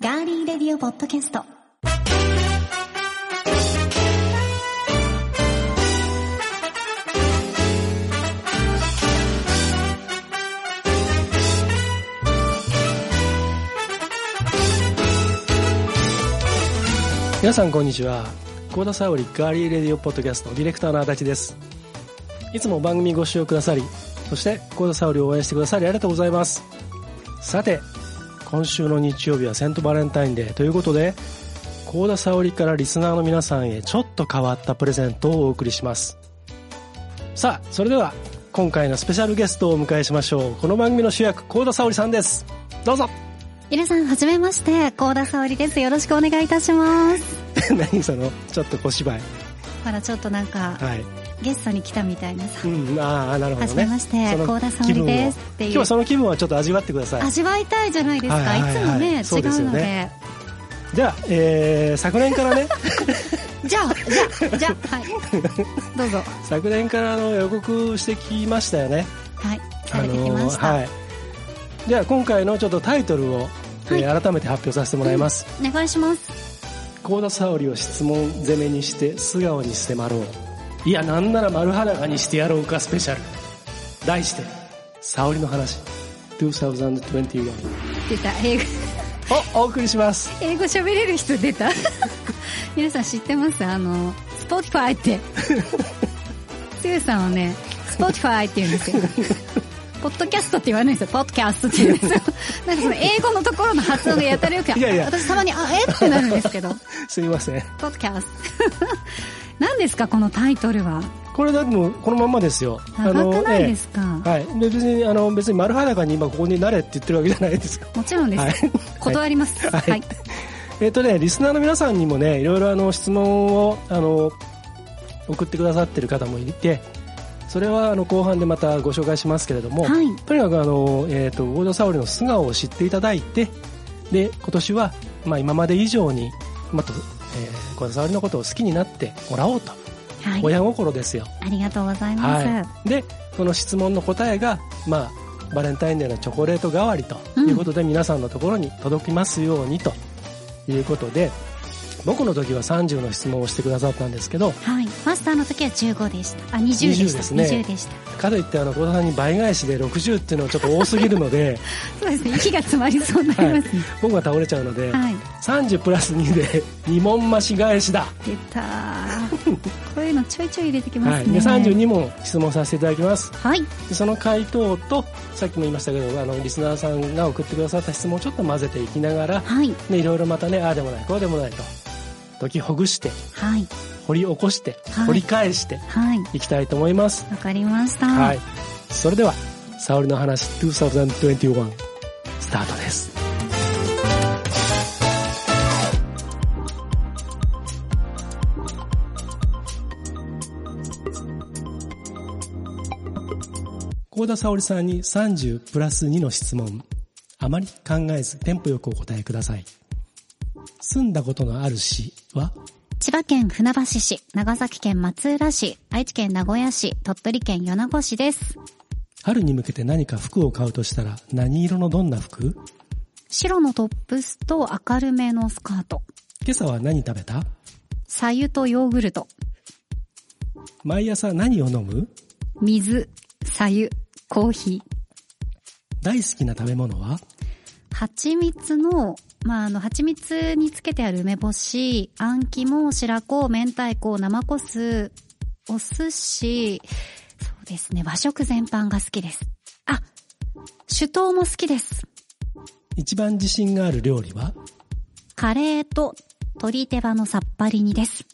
ガーリーレディオポッドキャスト。皆さんこんにちは幸田沙織ガーリーレディオポッドキャストディレクターの足立ですいつも番組ご視聴くださりそして幸田沙織を応援してくださりありがとうございますさて今週の日曜日はセントバレンタインデーということで幸田沙織からリスナーの皆さんへちょっと変わったプレゼントをお送りしますさあそれでは今回のスペシャルゲストをお迎えしましょうこの番組の主役幸田沙織さんですどうぞ 皆さん、はじめまして、高田沙織です。よろしくお願いいたします。何そのちょっと小芝居ほら、ちょっとなんか、はいゲストに来たみたいなさ。うん、ああ、なるほはどじね。めまして、その高田沙気織分をです。って今い日うは。その気分はちょっと味わってください。味わいたいじゃないですか。はいいはいはいはいつそもね、違うですうよのでね。じゃあ、えー、昨年からね、 じゃあ、じゃあ、じゃあ、はい。どうぞ。昨年からあの予告してきましたよね。はい。さあれてきました。のはい。じゃあ、今回のちょっとタイトルを、えー改めて発表させてもらいます。お願いします。幸田沙織を質問攻めにして素顔に迫ろう。いや、なんなら丸裸にしてやろうかスペシャル。題して、沙織の話、2021出た。英語、をお送りします。英語喋れる人出た。 皆さん知ってますあの、Spotify って。すゆさんはね、Spotify って言うんですよ。ポッドキャストって言わないんですよ。ポッドキャストって言うんです よ。なんかその英語のところの発音がやたらよく、いやいや私たまに、あ、えってなるんですけど。すいません。ポッドキャスト。 何ですかこのタイトルは。これだってもうこのまんまですよ。。長くないですすか、ええはい。で別に、あの、別に丸裸に今ここになれって言ってるわけじゃないですよ。 もちろんです。はい断ります。はいはい。えっ、とね、リスナーの皆さんにもね、いろいろあの、質問を、あの、送ってくださってる方もいて、それはあの、後半でまたご紹介しますけれども、はいとにかくあの、えっ、と、ゴードサオリの素顔を知っていただいて、で、今年は、まあ今まで以上に、まあと、えー、ゴードサオリのことを好きになってもらおうと、はい。親心ですよ。ありがとうございます。はい、でその質問の答えが、まあ、バレンタインデーのチョコレート代わりということで、皆さんのところに届きますようにということで僕の時は30の質問をしてくださったんですけどはい、マスターの時は15でした。あ、20でした。 20ですね20でした。かといってあの小田さんに倍返しで60っていうのはちょっと多すぎる のでそうですね。息が詰まりそうになりますね。僕が倒れちゃうので、はい。 30プラス2で2問増し返しだ、出たーこういうのちょいちょい入れてきまはい、すね。で32問質問させていただきますはい。でその回答とさっきも言いましたけどあのリスナーさんが送ってくださった質問をちょっと混ぜていきながらはい。ね、いろいろまたね、ああでもない、こうでもないと、解きほぐして、はい。掘り起こして、はい掘り返してはい。いきたいと思います。わかりました。はい。それでは、沙織の話2021、スタートです。幸田沙織さんに30プラス2の質問。あまり考えずテンポよくお答えください。住んだことのある市は千葉県船橋市、長崎県松浦市、愛知県名古屋市、鳥取県米子市です。春に向けて何か服を買うとしたら何色のどんな服今白のトップスと明るめのスカート。朝は何食べた左右とヨーグルト。毎朝何を飲む水、左右、コーヒー。大好きな食べ物は蜂蜜の、まあ、あの、蜂蜜につけてある梅干し、あん肝、白子、明太子、生コス、お寿司、そうですね、和食全般が好きです。あ、酒盗も好きです。一番自信がある料理はカレーと鶏手羽のさっぱり煮です。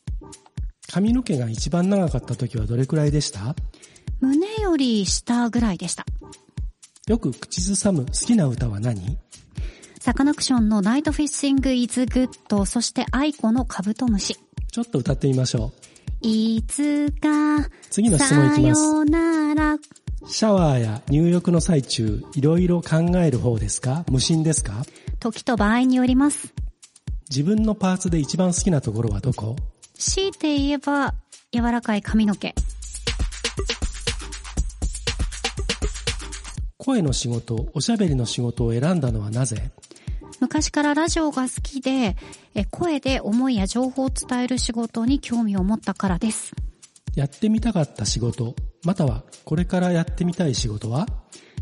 髪の毛が一番長かった時はどれくらいでした胸より下ぐらいでした。よく口ずさむ好きな歌は何サカナクションのナイトフィッシングイズグッド、そしてアイコのカブトムシ。ちょっと歌ってみましょいつか、次の質問いきますさよなら、う。シャワーや入浴の最中、いろいろ考える方ですか無心ですか時と場合によります。自分のパーツで一番好きなところはどこ強いて言えば、柔らかい髪の毛。好声の仕事、おしゃべりの仕事を選んだのはなぜ昔からラジオが好きで、え声で思いや情報を伝える仕事に興味を持ったからです。やってみたかった仕事、またはこれからやってみたい仕事は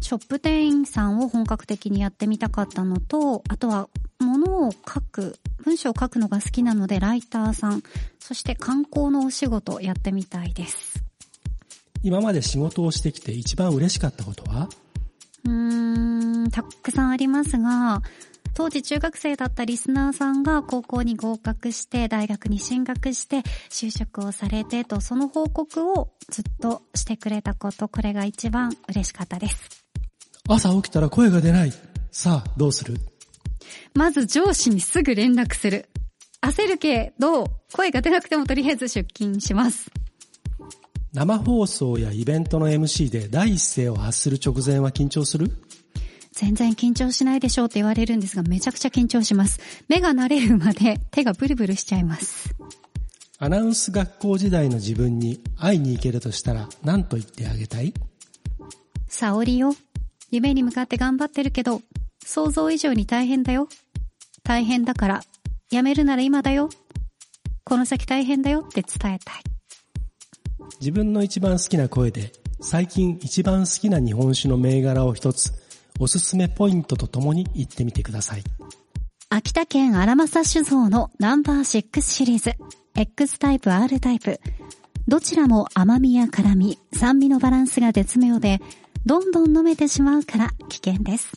ショップ店員さんを本格的にやってみたかったのと、あとは物を書く、文章を書くのが好きなのでライターさん、そして観光のお仕事をやってみたいです。今まで仕事をしてきて一番嬉しかったことはうーん、たくさんありますが、当時中学生だったリスナーさんが高校に合格して、大学に進学して、就職をされてと、その報告をずっとしてくれたこと、これが一番嬉しかったです。朝起きたら声が出ない。さあ、どうするまず上司にすぐ連絡する。焦るけど、声が出なくてもとりあえず出勤します。生放送やイベントの MC で第一声を発する直前は緊張する全然緊張しないでしょうって言われるんですが、めちゃくちゃ緊張します。目が慣れるまで手がブルブルしちゃいます。アナウンス学校時代の自分に会いに行けるとしたら何と言ってあげたい沙織よ。夢に向かって頑張ってるけど、想像以上に大変だよ。大変だから、やめるなら今だよ。この先大変だよって伝えたい。自分の一番好きな声で最近一番好きな日本酒の銘柄を一つおすすめポイントとともに言ってみてください。秋田県荒政酒造のナンバー6シリーズ、X タイプ、R タイプ。どちらも甘みや辛み、酸味のバランスが絶妙で、どんどん飲めてしまうから危険です。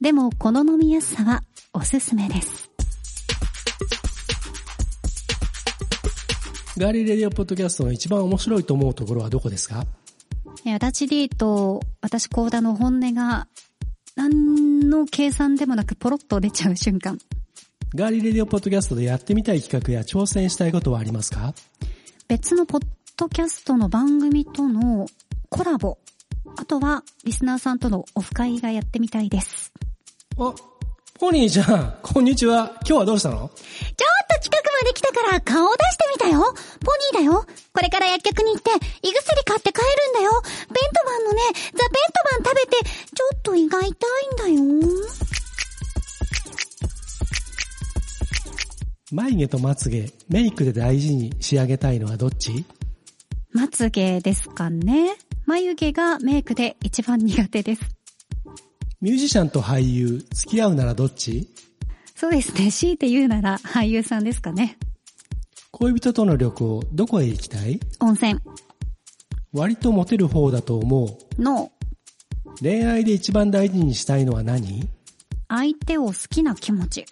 でも、この飲みやすさはおすすめです。ガーリーレディオポッドキャストの一番面白いと思うところはどこですかいや、足立 D と私高田の本音が、何の計算でもなくポロッと出ちゃう瞬間。ガーリーレディオポッドキャストでやってみたい企画や挑戦したいことはありますか別のポッドキャストの番組とのコラボ。あとは、リスナーさんとのオフ会がやってみたいです。あ、ポニーちゃん、 こんにちは。今日はどうしたのちょっと近くまで来たから顔を出してみたよ。ポニーだよ。これから薬局に行って、胃薬買って帰るんだよ。ベントマンのね、ザ・ベントマン食べて、ちょっと胃が痛いんだよ。眉毛とまつげ、メイクで大事に仕上げたいのはどっちまつげですかね。眉毛がメイクで一番苦手です。ミュージシャンと俳優、付き合うならどっちそうですね。強いて言うなら俳優さんですかね。恋人との旅行、どこへ行きたい温泉。割とモテる方だと思う。の恋愛で一番大事にしたいのは何相手を好きな気持ち。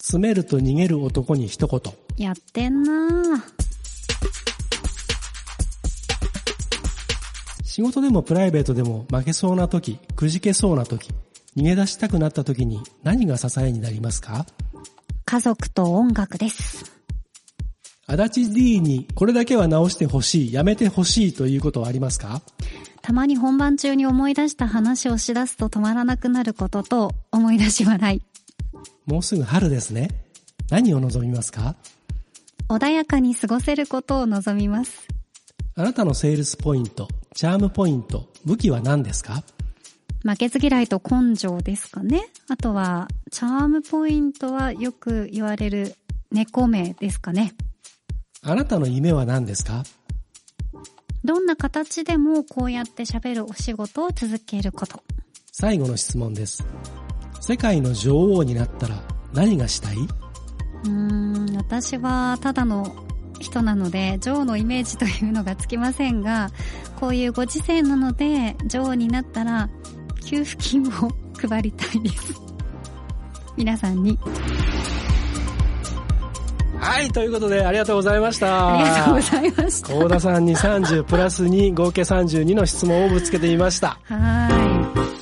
詰めると逃げる男に一言。やってんなぁ。仕事でもプライベートでも負けそうな時、くじけそうな時、逃げ出したくなった時に何が支えになりますか家族と音楽です。足立 D にこれだけは直してほしい、やめてほしいということはありますかたまに本番中に思い出した話をし出すと止まらなくなることと思い出し笑い。もうすぐ春ですね。何を望みますか穏やかに過ごせることを望みます。あなたのセールスポイント、チャームポイント、武器は何ですか負けず嫌いと根性ですかね。あとは、チャームポイントはよく言われる猫名ですかね。あなたの夢は何ですかどんな形でもこうやって喋るお仕事を続けること。最後の質問です。世界の女王になったら何がしたいうーん、私はただの人なので、女王のイメージというのがつきませんが、こういうご時世なので、女王になったら、給付金を配りたいです。皆さんに。はい、ということでありがとうございました。ありがとうございました。高田さんに30プラス2合計32の質問をぶつけてみました。はーい。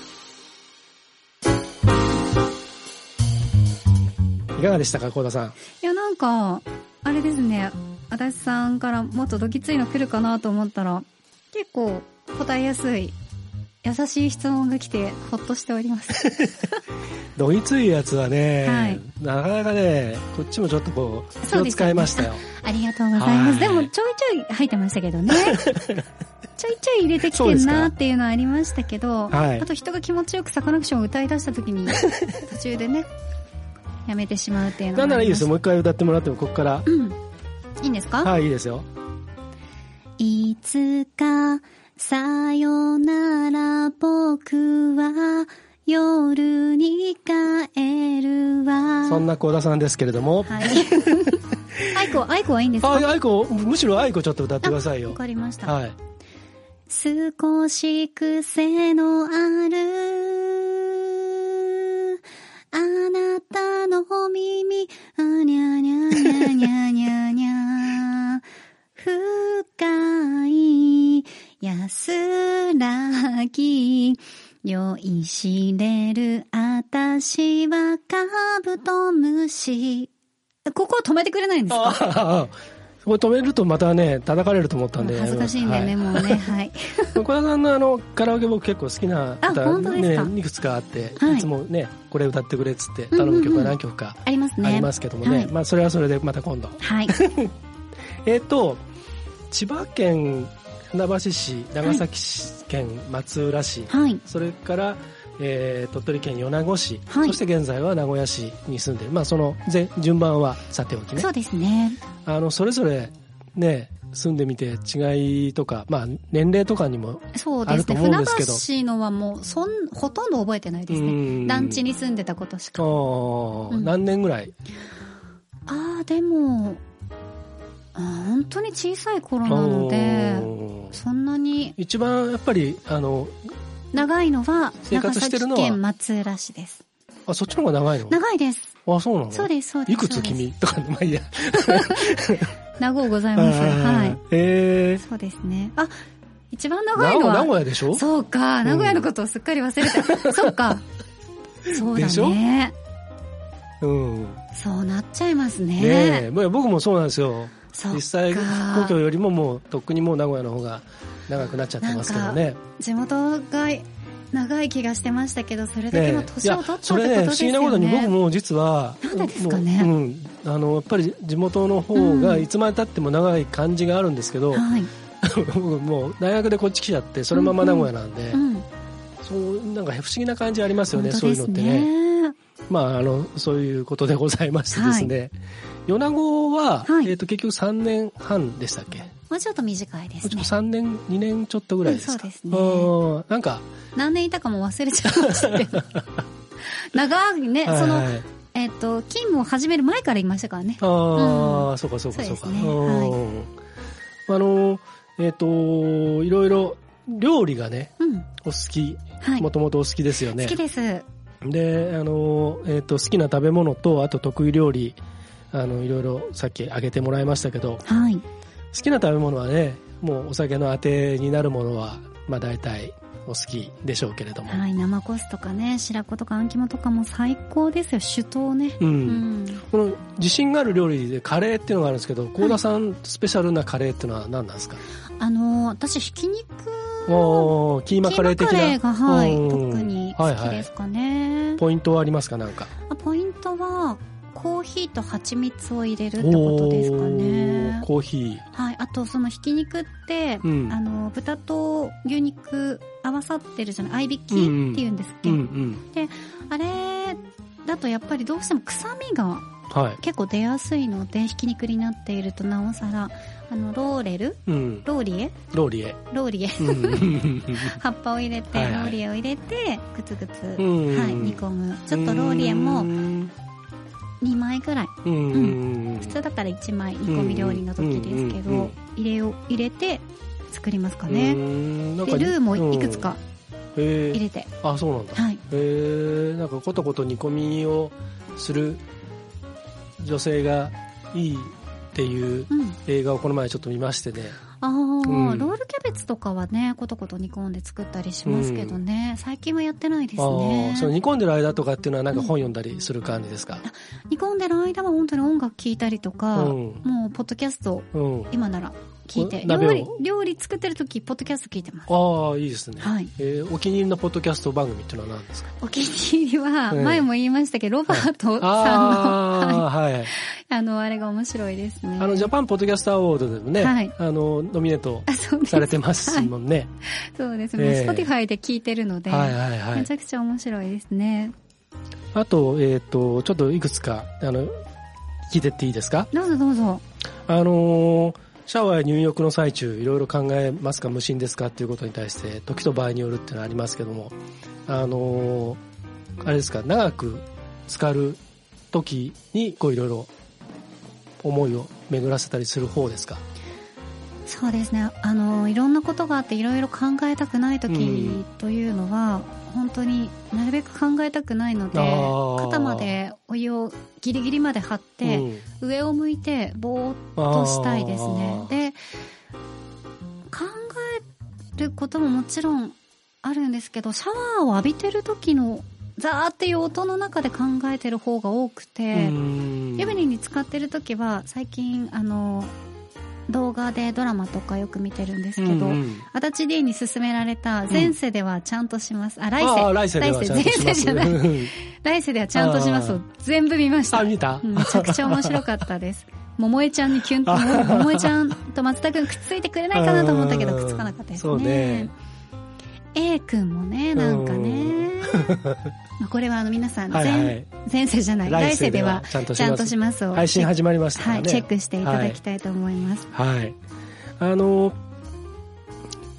いかがでしたか、高田さん。いや、なんか、あれですね、足立さんからもっとドキついの来るかなと思ったら、結構答えやすい、優しい質問が来て、ほっとしております。 どぎついやつはね、はいなかなかね、こっちもちょっとこう、気そうをですよね使いましたよ。ありがとうございます。はでい もちょいちょい入ってましたけどね。ちょいちょい入れてきてんなっていうのはありましたけど、はいあと人が気持ちよくサカナクションを歌い出した時に途中で ねやめてしまうっていうのなんならいいですよ。よもう一回歌ってもらっても、ここから。いいんですか、はい、いいですよ。いつか、さよなら僕は、夜に帰るわ。そんな小田さんですけれども。はい。 アイコ、アイコはいいんですあ、かあいこ、むしろあいこちょっと歌ってくださいわよ。かりました。はい。少し癖のある、あなたの耳、あにゃにゃにゃにゃにゃにゃ、深い安らぎ、酔いしれるあたしはカブトムシ。ここは止めてくれないんですかああ、これ止めるとまたね、叩かれると思ったんで。恥ずかしいんでね、はもうね、はい。小田さんのあの、カラオケ僕結構好きなあ歌本当ですかね、いくつかあって、はいいつもね、これ歌ってくれっつって、頼む曲は何曲かありますね。ありますけどもね。はいまあ、それはそれでまた今度。はい。えっ、と、千葉県船橋市、長崎市県松浦市、はい。それから、えー鳥取県米子市、はいそして現在は名古屋市に住んでる。まあ、その前、順番はさておきねそ。うですね。あの、それぞれ、ね、住んでみて違いとか、まあ、年齢とかにも、そうあでるすとね。思うん船ですけど橋のはもう、そん、ほとんど覚えてないですうね。ん団地に住んでたことしあか。あーうん何年ぐらいあー、でも、あー本当に小さい頃なので、おーそんなに一番やっぱり、あの、長いのは、生長活してる崎のは県松浦市です。あ、そっちの方が長いの長いです。あ、そうなのそうです、そうです。いくつそうです君とか、まあいいや。長うございます。 はい。えーそうですね。あ、一番長名いの古名は、古屋でしょそうか、名古屋のことをすっかり忘れ てた。そうか。そうだでしょね。うん。ねそうなっちゃいますね。え。まあ僕もそうなんですよ。そっか実際、故郷よりももう、とっくにもう名古屋の方が長くなっちゃってますけどね。地元が長い気がしてましたけど、それだけねのい年をや取ったってそことれね、不で思す議なこよとに僕ね。も実は、なんでですかねもううん。あの、やっぱり地元の方がうんいつまで経っても長い感じがあるんですけど、はい。僕もう大学でこっち来ちゃって、そのまま名古屋なんでう、ん。そう、なんか不思議な感じありますよ本ね、当そうでいうのっすてね。ね。まあ、あの、そういうことでございましてですね。米子は、はいえっ、と、結局3年半でしたっけももうちょっと短いでうすちょっねと。3年、2年ちょっとぐらいですか。うんそうですねうんなんか、何年いたかも忘れちゃいましたけ ど。長いね、そはの、いはいえっと、勤務を始める前からいましたからね。ああ、そうかそうかそうか。そうですねうんあの、えっ、と、いろいろ、料理がね、うん。お好き、はい。も好ともとお好きですよね。きです。で、あの、えっ、と、好きな食べ物と、あと得意料理、あの、いろいろさっき挙げてもらいましたけど、はい。好きな食べ物はね、もうお酒のあてになるものは、まあ大体お好きでしょうけれども。はい。生コスとかね、白子とかあん肝とかも最高ですよ。酒盗ね。うん。うん。この自信がある料理でカレーっていうのがあるんですけど、幸田さんスペシャルなカレーっていうのは何なんですか、あの、私、ひき肉おーキーマカレー的キな。ーマカレーが、はい、うん特に好きですかね。ポイントはありますかなんか。あポイントは、コーヒーと蜂蜜を入れるってことですかねおー。コーヒはい、あとそのひき肉って、ー。うん。あの、豚と牛肉合わさってるじゃない、合いびき、うんうんっていうんですっうけ、んうん。あれだとやっぱりどうしても臭みがは結構出やすいので、ひき肉になっているとなおさら、あの、ローレルい。うん。ローリエローリエ。ローリエ うん。葉っぱを入れて、はいはいローリエを入れてグツグツ、んはい、煮込むちょっとローリエうもん。 2枚ぐらいうん。普通だったら1枚煮込み料理の時ですけうんうんうんうどん入れを入れて作りますかうねんなんでかルーもいくつかうんへ入えれてあそうなんだはいへえなんかことこと煮込みをする女性がいいっていううん、映画をこの前ちょっと見ましてねああ、うんロールキャベツとかはねことこと煮込んで作ったりしますけどね、最近はやってないですあねーその煮込んでる間とかっていうのはなんか本読んだりする感じですか煮込んでる間は本当に音楽聴いたりとか、うんもうポッドキャストうん今なら聞いて料お鍋を理料理作ってる時ポッドキャスト聞いてますああ、いいですね。はいえーお気に入りのポッドキャスト番組っていうのは何ですかお気に入りはうん前も言いましたけどロバートさんの、はい、ああ、はい。あのあれが面白いですねあの、ジャパンポッドキャストアワードでもね、はいあの、ノミネートあそうですされてますも んね。そうですねええ Spotify で聞いてるので、はい、はい、はめいち。ゃくちゃ面白いですねあと、えっ、と、ちょっといくつか、あの、聞いてっていいですかどうぞどうぞあのーシャワーや入浴の最中、いろいろ考えますか、無心ですかっていうことに対して、時と場合によるっていうのはありますけども、あのーあれですか、長く浸かる時に、こういろいろ思いを巡らせたりする方ですか。そうですねあのいろんなことがあっていろいろ考えたくないうん時というのは、本当になるべく考えたくないのであー肩までお湯をギリギリまで張って、うん上を向いてぼーっあーとしたいですねで考えることももちろんあるんですけどシャワーを浴びてる時のザーっていう音の中で考えてる方が多くうて、ん湯船に使ってる時は最近あの動画でドラマとかよく見てるんですけど、うんうん足立 D に勧められた前世ではちゃんとします、あ来あ世あ来世ではちゃんとしま前世すじゃないうん来世ではちゃんとしますを全部見ました あ、見た、うんめちゃくちゃ面白かった です。桃江ちゃんにキュンと、桃江ちゃんと松田くんくっついてくれないかなと思ったけど、うんくっつかなかったですね。そうね A 君もね、なんか ね。まあこれはあの皆さん、はいは前い。前世じゃない、来世ではちゃんとちゃんとしまますを。配信チェッ始まりましクたかはらい、ね。チェックしていただきたいと思います。はい。あの、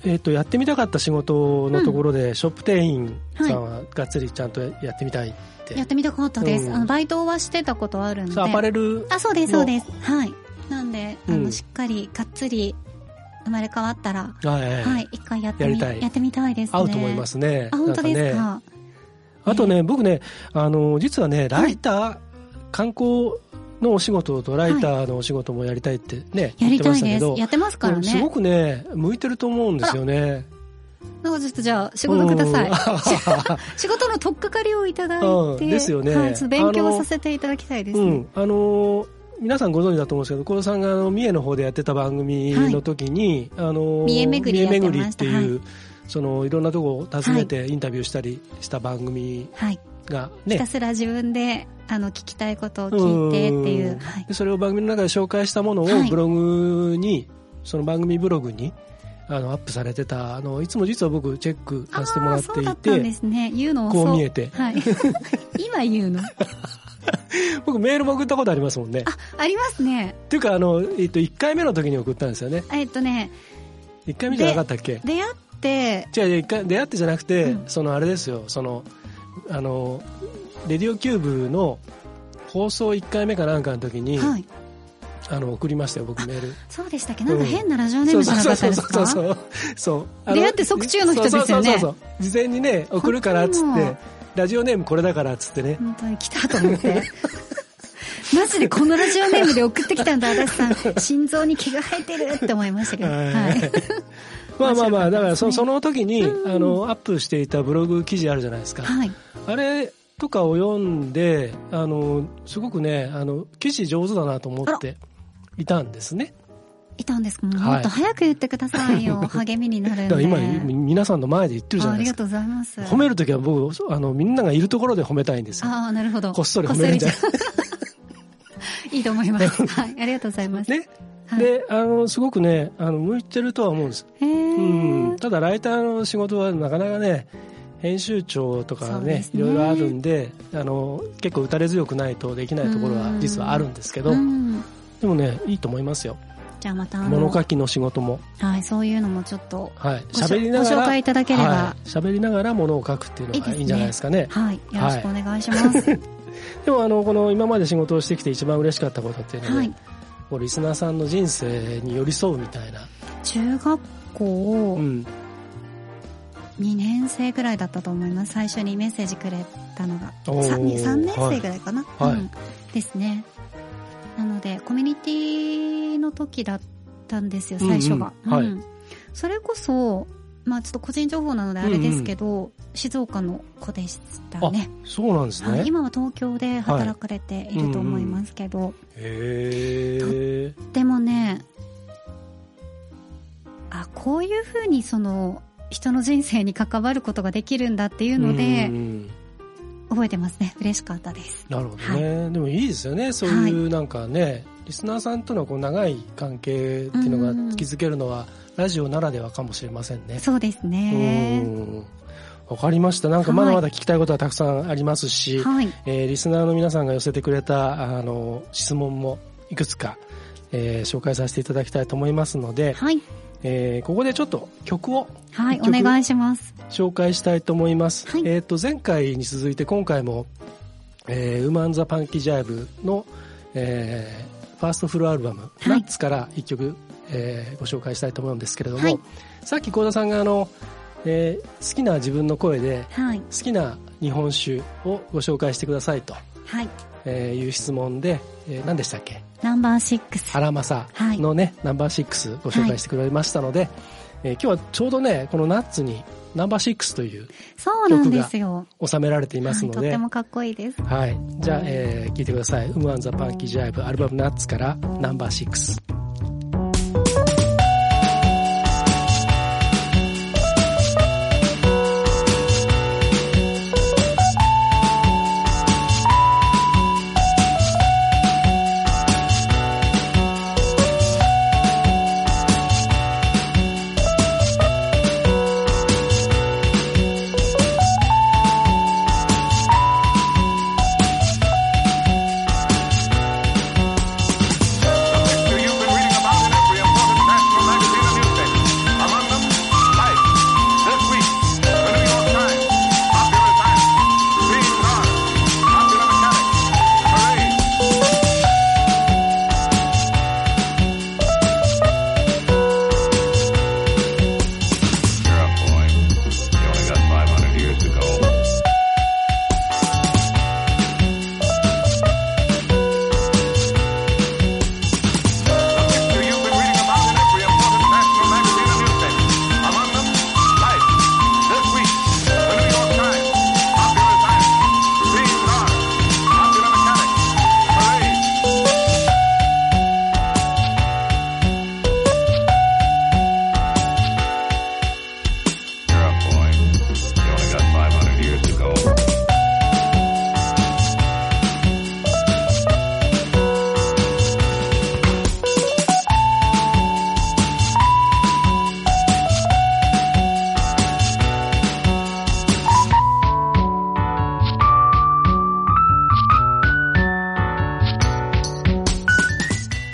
えっ、と、やってみたかった仕事のところで、ショップ店員さんはがっつりちゃんとやってみたいって。やってみたかったです。うんあの、バイトはしてたことあるんで。そうアパレル、あ、そうです、そうです。はい。なんで、あうの、んしっかり、がっつり、生まれ変わったら、はいはいはい、一回やってやりみ、たいやってみたいですね。合うと思いますね。あ、本当ですなんね。か。あとね、僕ね、あの、実はね、ライター、観光のお仕事とライターのお仕事もやりたいってね、や言っりてまたしいたけですど。。やってますからうんすごね。くね、向いてると思うんですよね。なんかちょっとじゃあ、仕事くださういん。仕事の取っかかりをいただういんて。ですよねはい、ちょっと勉あ強のさせていただきたいです うね。ん、あのー皆さんご存知だと思うんですけど、小田さんがあの三重の方でやってた番組の時に、あのー三重巡りやってました三重巡りっていう、そのいろんなとこを訪ねてインタビューしたりした番組はい。がひね、たすら自分で、あの、聞きたいことを聞いてっていうう。んはい。でそれを番組の中で紹介したものをはいブログに、その番組ブログにあのアップされてたあのいつも実は僕チェックあさせてもらあ、っそてうだっいたんてですね。言うの遅こう見い。えてはい。 今言うの。あ、僕メールも送ったことありますもんねありますね。っていうかあの、えっと、1回目の時に送ったんですよねえっとね、 1回目じゃなかったっけ出会って、違う違う一回出会ってじゃなくて、うんそのあれですよそのあのレディオキューブの放送1回目かなんかの時に、はい。あの送りましたよ僕メールそうでしたっけなんか変なラジオネームじゃなかったですそうかそうそうそう出会って即中の人ですよねそうそうそうそう事前にね送るからっつっ本当にもてうラジオネームこれだからっつってね本当に来たと思って。 マジでこのラジオネームで送ってきたんだ、足立さん。心臓に毛が生えてるって思いましたけど。はい。まあまあまあ、面白かったですねだからそその時に、うんあのアップしていたブログ記事あるじゃないですか、はい。あれとかを読んで、あの、すごくね、あの、記事上手だなと思っていたんですね。いたんですかもうはいもっと早く言ってくださ いよ。励みになるんだで。から今、み皆さんの前で言ってるじゃあなあいりがですか。とうございます。褒めるときは僕、あの、みんながいるところで褒めたいんですよ。ああ、なるほど。こっそり褒めるみたいこっそりじゃいいと思い ます。はい。ありがとうございます。な。ね。はい、で、あの、すごくね、あの、向いてるとは思うんです。へーうん。ただ、ライターの仕事はなかなかね、編集長とかそうねで、すいねろいろあるんで、あの、結構打たれ強くないとできないところはうん実はあるんですけどう、んでもね、いいと思いますよ。じゃあまたあの、物書きの仕事も。はい、そういうのもちょっと、はい、ごし喋りながらご紹介いただければはい喋りながらものを書くっていういのがいですいねいんじゃないですかねではい、よろしくお願いします。もあのこの今まで仕事をしてきて一番嬉しかったことっていうのは、はい。こうリスナーさんの人生に寄り添うみたいな、中学校、うん、 2年生ぐらいだったと思います最初にメッセージくれたのがおー 3, 年生ぐらいかな、はいうんですねなのでコミュニティの時だったんですようんうん最初が、はいそれこそまあちょっと個人情報なのであれですけど、静岡の子でしたねそうなんですはい、ね今は東京で働かれていると思いますけど、へえでもねこういうふうにその人の人生に関わることができるんだっていうのでうん覚えてますね嬉しかったですなるほどね、でもいいですよねそういうなんかね、リスナーさんとのこう長い関係ってういうんのうんが築けるのは、ラジオならではかもしれませんね。そうですうねんわかりました。なんかまだまだ聞きたいことはたくさんありますし、はいえーリスナーの皆さんが寄せてくれたあの質問もいくつか、えー紹介させていただきたいと思いますので、はいえーここでちょっと曲をはいお一曲願いします紹介したいと思います。はいえっ、と、前回に続いて今回も、えーウーマンザパンキジャイブの、えーファーストフルアルバム、いナッツから一曲、えーご紹介したいと思うんですけれども、はいさっき幸田さんがあの、えー好きな自分の声で、はい好きな日本酒をご紹介してくださいとはいえーいう質問で、えー何でしたっけナンバーシックス原正のね、ナンバー6ご紹介してくれましたので、えー今日はちょうどね、このナッツにナンバー6というそうなんですよ収められていまはすいのとっで、てはいもかっこいいですじゃあ、えー聞いてください。ウムアンザパンキージャイブアルバムナッツからナンバー6。 subject you've been reading about in every important national magazine and newspaper. Among them, Life, This Week, The New York Times, Popular Times, Green Card, Popular Mechanics, Parade.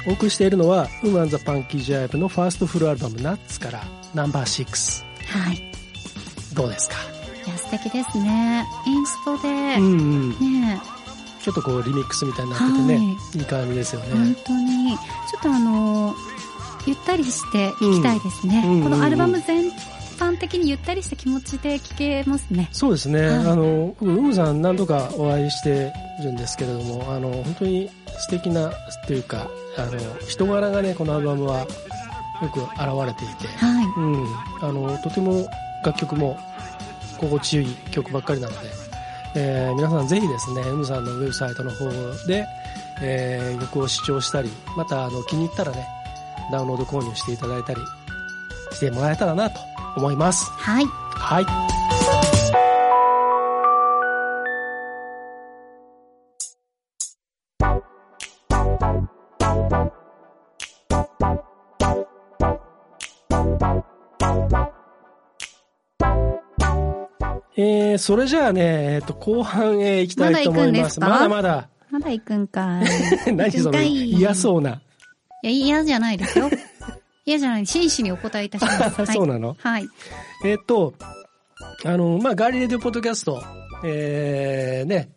お送りしているのは、ウムアンザパンキージャイブのファーストフルアルバムナッツからナンバー6。はいいどうですか、や素敵ですねインストでうねんうんえちょっとこうリミックスみたいになっててね、、はいい感じですよね。本当にちょっとあのゆったりして聴きたいですね、うんうんうんこのアルバム全般的にゆったりした気持ちで聴けますねそうですね、はいあの、僕ウムさん何度かお会いしてるんですけれども、あの、本当に素敵な、というか、あの、人柄がね、このアルバムはよく現れていて、はいうん、あの、とても楽曲も心地よい曲ばっかりなので、えー皆さんぜひですね、ウムさんのウェブサイトの方で、えー曲を視聴したり、また、あの、気に入ったらね、ダウンロード購入していただいたりしてもらえたらなと思います。はいはい。えー、それじゃあね、えっと、後半へ行きたいと思います。まだ行くんですかまだ まだ行くんかいまだ。 何その、痛い嫌そうな。 いや嫌じゃないですよ嫌じゃない真摯にお答えいたします、 はい、そうなのはいえっと、あの、まあ、ガーリーレディオポッドキャスト、えー、ね、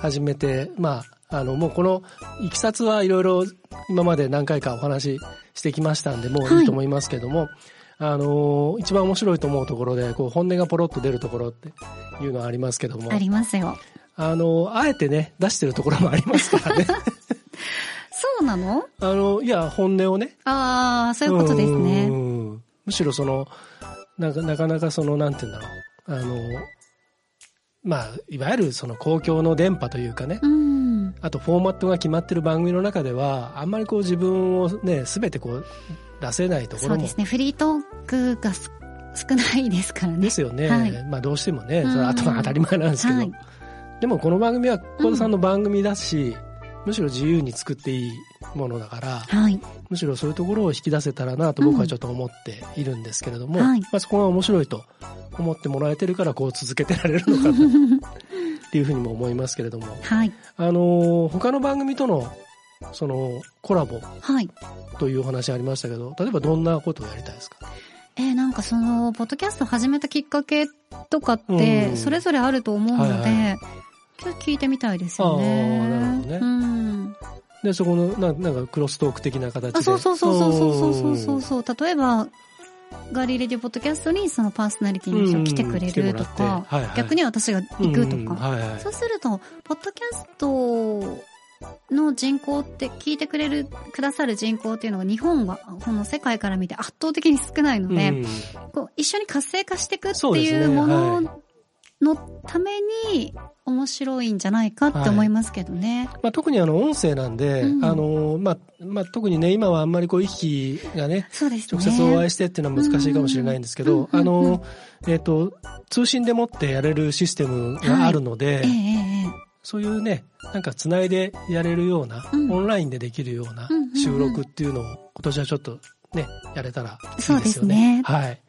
始めて、まあ、あの、もうこの、いきさつはいろいろ今まで何回かお話ししてきましたんで、もうはいいいと思いますけども、あの、一番面白いと思うところで、こう、本音がポロッと出るところっていうのはありますけども、ありますよあの、あえてね、出してるところもありますか らね。そうなのあの、いや、本音をね、ああそういうことですうねんむしろそのなんかなかなかそのなんて言うんだろうあのまあいわゆるその公共の電波というかねうんあとフォーマットが決まってる番組の中ではあんまりこう自分をね全てこう出せないとこそろうでもすねフリートーくがす少ないですからねですよね、はいまあどうしてもね、うんそれは頭当たり前なんですけど、はいでもこの番組は小田さんの番組だし、むしろ自由に作っていいものだから、はいむしろそういうところを引き出せたらなと僕はちょっと思っているんですけれども、うんはいまあ、そこが面白いと思ってもらえてるからこう続けてられるのかなっていうふうにも思いますけれども、 はいあのー他の番組とのそのコラボはいというお話ありましたけど例えばどんなことをやりたいですかえーなんかそのポッドキャスト始めたきっかけとかってうんそれぞれあると思うので、はいはちょっと聞いてみたいですよねあーなるほどねうんでそこのななんかクロストーク的な形であそうそうそうそうそうそうそんうそう例えばガリレディオポッドキャストにそのパーソナリティの人が来てくれるとうん来てもらっかて、はいはい逆に私が行くとうんか、はいはいそうするとポッドキャストの人口って聞いてくれるくださる人口っていうのが日本はこの世界から見て圧倒的に少ないので、うんこう一緒に活性化していくってそうでいすねうもはのいのために面白いんじゃないかって思いますけどね。まあ、特にあの音声なんで、うんあのまあまあ、特にね今はあんまりこう息がねそうですね。直接お会いししてっていうのは難しいかもしれないんですけど、うんうんあうんの、えっ、と、通信でもってやれるシステムがあるのえで、えええそういうね、なんか繋いでやれるような、うんオンラインでできるようなうんうんうん収録っていうのを今年はちょっとね、やれたらいそういでですすよねね。はい。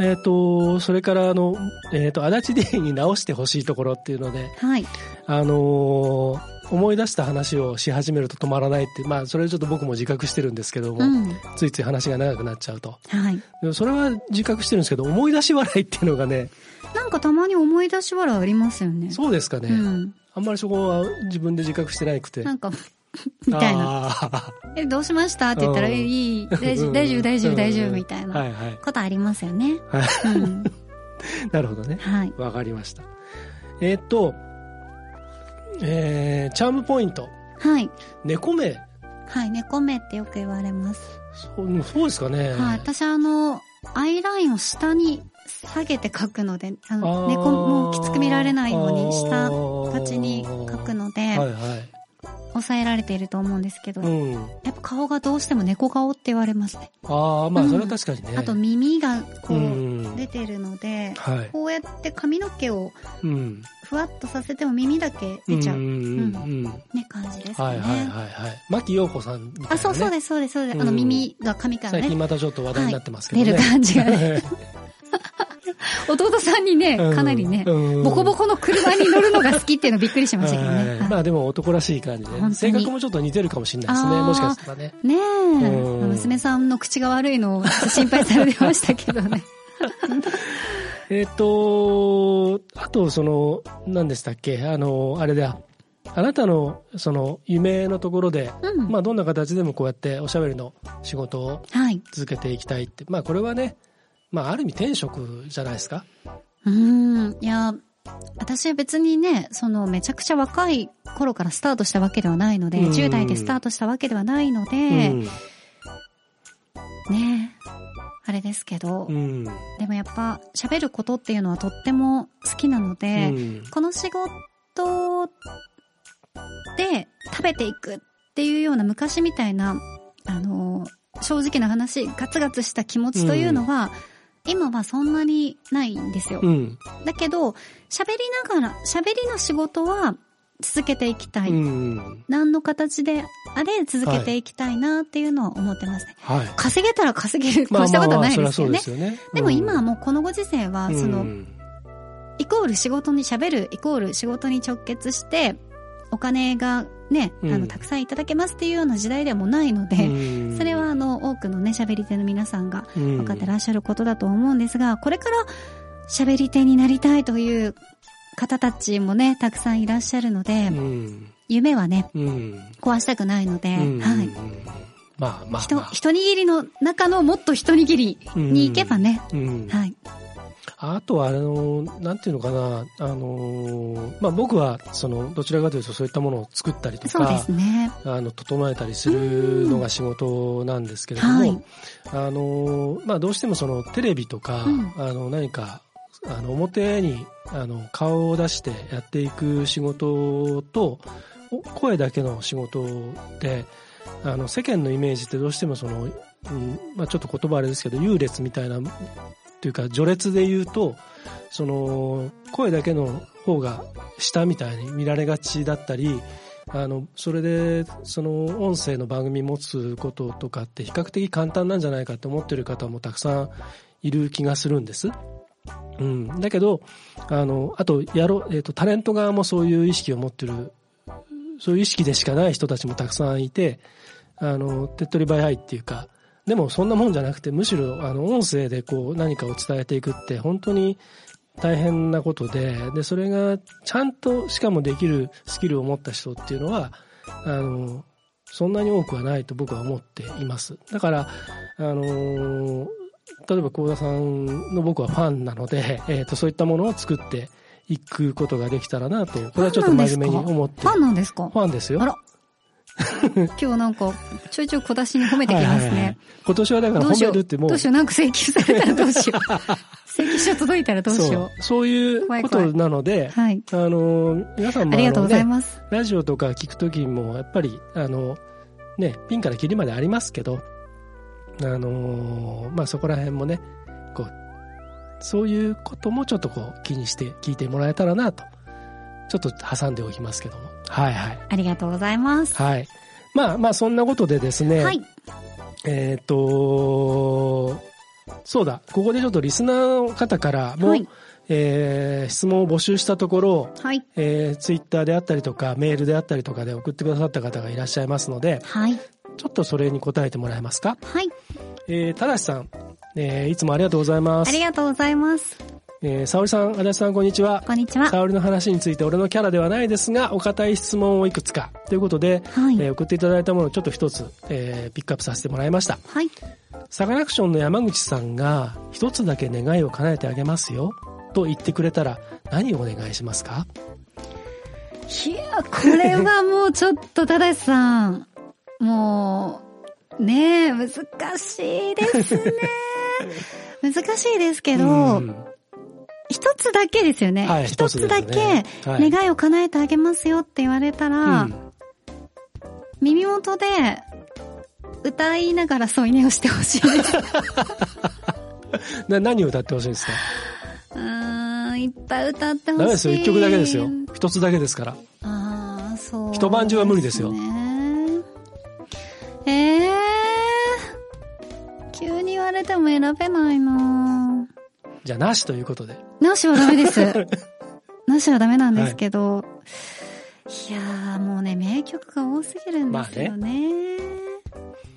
えっ、と、それからあの、えっ、と、足立 D に直してほしいところっていうので、えはい。あのー思い出した話をし始めると止まらないって、まあ、それちょっと僕も自覚してるんですけども、うん。ついつい話が長くなっちゃうと。はい。でもそれは自覚してるんですけど、思い出し笑いっていうのがね、なんかたまに思い出し笑いありますよね。そうですかね。うん。あんまりそこは自分で自覚してなくて。なんか、 みたいな。な。え、どうしましたって言ったら、うんいい、いい大丈夫、大丈夫、大丈夫、大丈夫、みたいはないはい。ことありますよね。はうん。なるほどね。はい。わかりました。えーっと、えー、チャームポイント。はい。猫目。はい。猫目ってよく言われます。そうそうですかね。はい。私、あの、アイラインを下に下げて描くので、あの猫もきつく見られないように下立ちに描くののでで、はいはい。抑えられていると思うんですけど、うん。やっぱ顔がどうしても猫顔って言われますね。ああ、まあ、それは確かにね。あと耳がこう、ん出てるので、はい。こうやって髪の毛をうん。ふわっとさせても耳だけ出ちゃう、うんねうんうんうん感じですかはね。いはいはいはい。牧陽子さんみたいなね、あ、そうそうです、そうです、そうです。うんあの耳が髪から最近ね、またちょっと話題になってますけど出ね。る感じがね。弟さんにね、うんかなりね、うんボコボコの車に乗るのが好きっていうのびっくりしましたけどね。はいまあでも男らしい感じ本当で。に性格もちょっと似てるかもしれないですね。あーもしかしたらね。ねえ、うん娘さんの口が悪いのをちょっと心配されてましたけど ね。えっ、と、あとその、何でしたっけあの、あれだ。あなたのその夢のところで、うん。まあどんな形でもこうやっておしゃべりの仕事をはい。続けていきたいって。まあこれはね、まあある意味転職じゃないですか。うーん、いや、私は別にね、そのめちゃくちゃ若い頃からスタートしたわけではないので、うん10代でスタートしたわけではないので、うんねあれですけど、うん。でもやっぱ喋ることっていうのはとっても好きなので、うんこの仕事で食べていくっていうような昔みたいな、あの、正直な話、ガツガツした気持ちというのは、今はそんなにないんですよ。うん。だけど、喋りながら、喋りの仕事は続けていきたい。うん。何の形であれ続けていきたいなっていうのは思ってますね。はい。稼げたら稼げる、こうしたことはないですよね。よね。でも今はも、もうこのご時世は、その、イコール仕事に喋る、イコール仕事に直結して、お金がね、あうんの、たくさんいただけますっていうような時代でもないので、それはあの、多くのね、喋り手の皆さんが分分かってらっしゃることだと思うんですが、これから喋り手になりたいという方たちもね、たくさんいらっしゃるので、うん。夢はね、うん。壊したくないので、うんはい。。まあまあひとまあ。一握りの中のもっと一握りに行けばね、うん。はい。あとは、あの、なんていうのかな、あの、まあ僕は、その、どちらかというとそういったものを作ったりとそうでかす、ね。あの、整えたりするのが仕事なんですけれどはいも、あの、まあどうしてもその、テレビとかうん、あの、何か、あの、表に、あの、顔を出してやっていく仕事と、お声だけの仕事で、あの、世間のイメージってどうしてもその、うんまあ、ちょっと言葉あれですけど優劣みたいなというか序列で言うとその声だけの方が下みたいに見られがちだったりあのそれでその音声の番組持つこととかって比較的簡単なんじゃないかって思ってる方もたくさんいる気がするんです。うん、だけどあのあとやろ、えっとタレント側もそういう意識を持ってるそういう意識でしかない人たちもたくさんいてあの手っ取り早いっていうかでもそんなもんじゃなくてむしろあの音声でこう何かを伝えていくって本当に大変なことででそれがちゃんとしかもできるスキルを持った人っていうのはあのそんなに多くはないと僕は思っていますだからあの例えば幸田さんの僕はファンなので、えー、とそういったものを作っていくことができたらなとこれはちょっと真面目に思ってファンなんですかファンですよ。あ ら。今日なんか、ちょいちょい小出しに褒めてきはまいはすいはいね。今年はだからどうし褒よめう。るってもう、どうしよう。なんか請求されたらどうし よう。請求書届いたらどうしそようそういう怖いこ怖いとなのでう。、はい。あのー、皆さんもありがとうございあのねます。ラジオとか聞くときも、やっぱり、あの、ね、ピンからキリまでありますけど、あのー、まあ、そこら辺もね、こう、そういうこともちょっとこう気にして聞いてもらえたらなと、ちょっと挟んでおきますけども。はいはい。ありがとうございます。はい。まあまあ、そんなことでですね、はい。えっ、と、そうだ、ここでちょっとリスナーの方からも、はいえー質問を募集したところ、はい。えー、ツイッターであったりとか、メールであったりとかで送ってくださった方がいらっしゃいますので、はい。ちょっとそれに答えてもらえますか。はい。えー、ただしさん、えーいつもありがとうございまあすり。がとうございます。えー、沙織さん、足立さん、こんにちは。こんにちは。沙織の話について俺のキャラではないですが、お堅い質問をいくつか。ということで、はいえー送っていただいたものをちょっと一つ、えーピックアップさせてもらいました。はい。サカナクションの山口さんが、一つだけ願いを叶えてあげますよ、と言ってくれたら、何をお願いしますかいや、これはもうちょっと、ただしさん。もう、ねえ、難しいです ね。難しいですけど、うん一つだけですよね。はい一つだ一つですけねはい願いを叶えてあげますよって言われたら、うん耳元で歌いながら添い寝をしてほしいです。 うな何を歌ってほしいですかーん、いっぱい歌ってほしい。ダメですよ、一曲だけですよ。一つだけですから。ああ、そう、一晩中は無理ですよねええー、急に言われても選べないなじゃあ、なしということで。なしはダメです。 なしはダメなんですけど、い、やーもうね、名曲が多すぎるんですよね。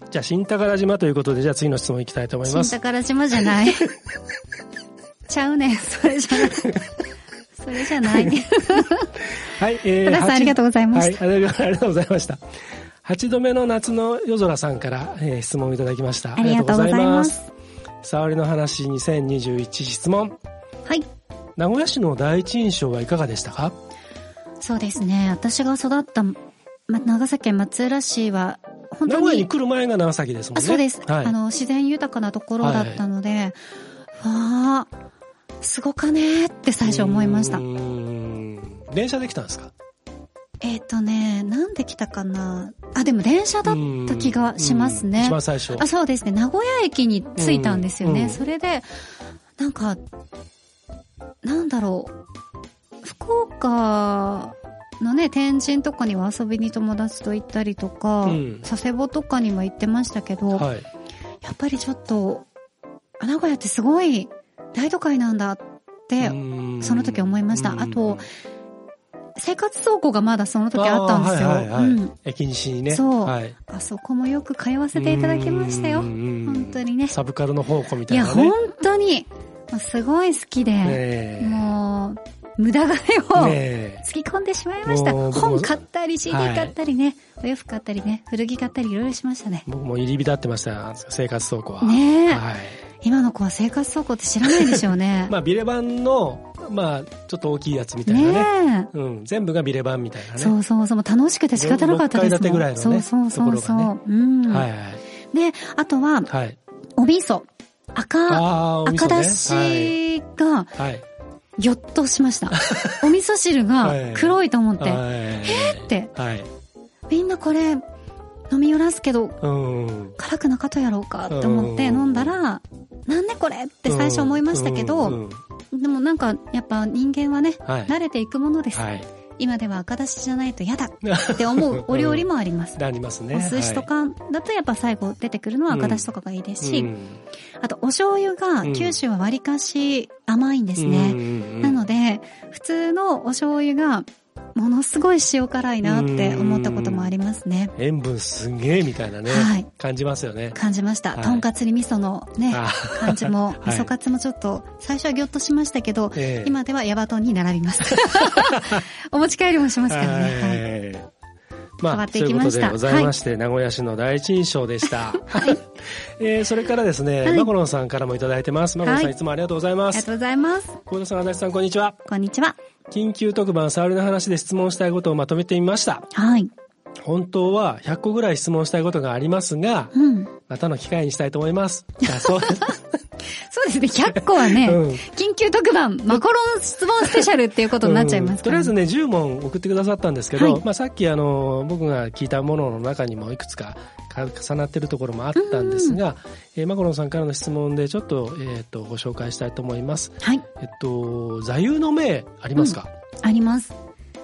じゃあ、新宝島ということで、じゃあ次の質問いきたいと思いま新す。宝島じゃない。ちゃうねん、それじゃない。それじゃない。はい、え。田中さんありがとうございましたはい、ありがとうあ りがとうございました。8度目の夏の夜空さんから、えー質問をいただきました。ありがとうございまありがとうございす。ます。沙織の話2021質問。はい。名古屋市の第一印象はいかがでしたかそうですね、私が育った、ま、長崎県松浦市は、本名当古屋にに来る前が長崎ですもんあね。そうです、はい。あの自然豊かなところだったので、わあすごかねーって最初思いましたうーん電車で来たんですかえっ、とねなんで来たかなあでも電車だった気がしますうんね一番最初。あそうですね名古屋駅に着いたんですよね、うんそれでなんかなんだろう福岡のね天神とかには遊びに友達と行ったりとか、うん佐世保とかにも行ってましたけど、はい。やっぱりちょっと、あ名古屋ってすごい大都会なんだって、その時思いましたあと生活走行がまだその時あったんですよ。あーはいはいはいうん。駅西にね。そうはい。あそこもよく通わせていただきましたよ。本本当にねサブカルの宝庫みいたいや、なね。本当に、まあすごい好きで、ねえもう、無駄金を、ね突き込んでしまいました。もう僕も本買ったり、CD 買ったりね、お洋服買ったりね、古着買ったりいろいろしましたねえ。僕も入り浸ってましたよ生活倉庫は。ねえはい。。今の子は生活走行って知らないでしょうね まあ、ビレ版の、まあ、ちょっと大きいやつみたいなね。ねえ。うん。全部がビレ版みたいなね。そうそうそう、もう楽しくて仕方なかったですもん。六階建てぐらいのねそうそうそうそう、ところうん、はいはい。で、あとは、はい。お味噌。赤、ああー、お味赤噌だね。しが、はい。はい。ぎょっとしました。お味噌汁が黒いと思って、はいって、はい。みんなこれ、飲みよらすけどうん。辛くなかとやろうかって思ってうん飲んだら、なんでこれって最初思いましたけうんど、うんでもなんかやっぱ人間はね、はい慣れていくものです。はい。今では赤だしじゃないと嫌だって 思うお料理もあります。なりますね。お寿司とかだとやっぱ最後出てくるのは赤だしとかがいいですはいし、うんあとお醤油が九州はわりかし甘いんですうんね。うんうんなので、普通のお醤油がものすごい塩辛いなって思ったこともありますね。塩分すんげえみたいなね、はい感じますよね。感じました。はいとんかつに味噌のね、あ感じも、い味噌カツもちょっと、最初はぎょっとしましたけど、ええ今ではヤバトンに並び ます。お持ち帰りもしますからね。はいはいまあ、変わってそういいきうこまとしでたございまして、名古屋市の第一印象でした。 えーそれからですね、はいマコロンさんからもいただいてます。マコロンさん、はいい、つもありがとうございまありがす。とうございます。小田さん、足立さん、こんにちは。こんにちは。緊急特番、沙織の話で質問したいことをまとめてみました。はい。本当は100個ぐらい質問したいことがありますが、うん。またの機会にしたいと思 います。だそうです。そうですね、100個はね、うん緊急特番、マコロン質問スペシャルっていうことになっちゃいますとかりあら、えずね。ね、10問送ってくださったんですけど、はいまあさっきあの、僕が聞いたものの中にもいくつかか重なってるところもあったんですが、えーマコロンさんからの質問でちょっと、えっ、と、ご紹介したいと思います。はい、えっと、座右の銘ありますか、あります。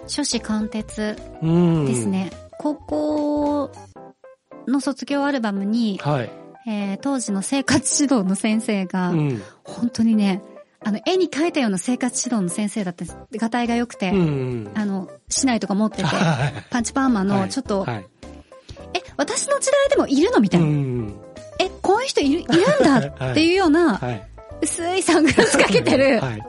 書士貫徹うん、です。ね。高校の卒業アルバムに、はい。えー当時の生活指導の先生が、うん。本当にね、あの、絵に描いたような生活指導の先生だったんです。画体が良くて、うん。あの、市内とか持ってて、 はいパンチパーマはのいちょっと、はい。え、私の時代でもいるのみたういな。ん。え、こういう人いる、いるんだっていうような、 はい。薄いサングラスかけてる、はい。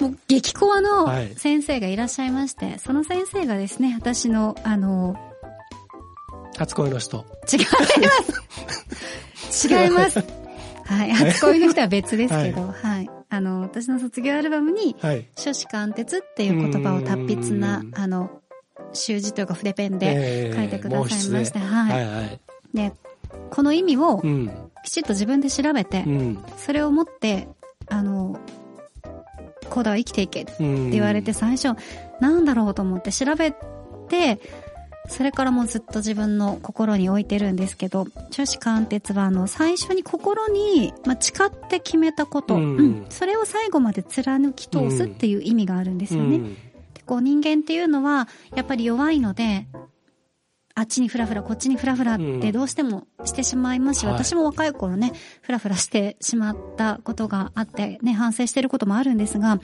もう激コアのはい先生がいらっしゃいまして、その先生がですね、私の、あの、初恋の人。違い ます。違います。はい。初恋の人は別ですけど、はい。あの、私の卒業アルバムに、はい。書士貫徹っていう言葉を達筆うなー、んあの、習字というか筆ペンで書いてくださいまして、はえー毛筆でい。はいはい。で、この意味をうん。きちっと自分で調べてう、ん。それを持って、あの、コーダは生きていけってうん。言われて最初、なんだろうと思って調べて、それからもうずっと自分の心に置いてるんですけど、女子貫徹はあの、最初に心に、まあ、誓って決めたこと、うんうんそれを最後まで貫き通すっていう意味があるんですよね。うんでこう人間っていうのはやっぱり弱いのであっちにフラフラこっちにフラフラっうんてどうしてもしてしまいますし、はい私も若い頃ねフラフラしてしまったことがあってね反省してることもあるんですが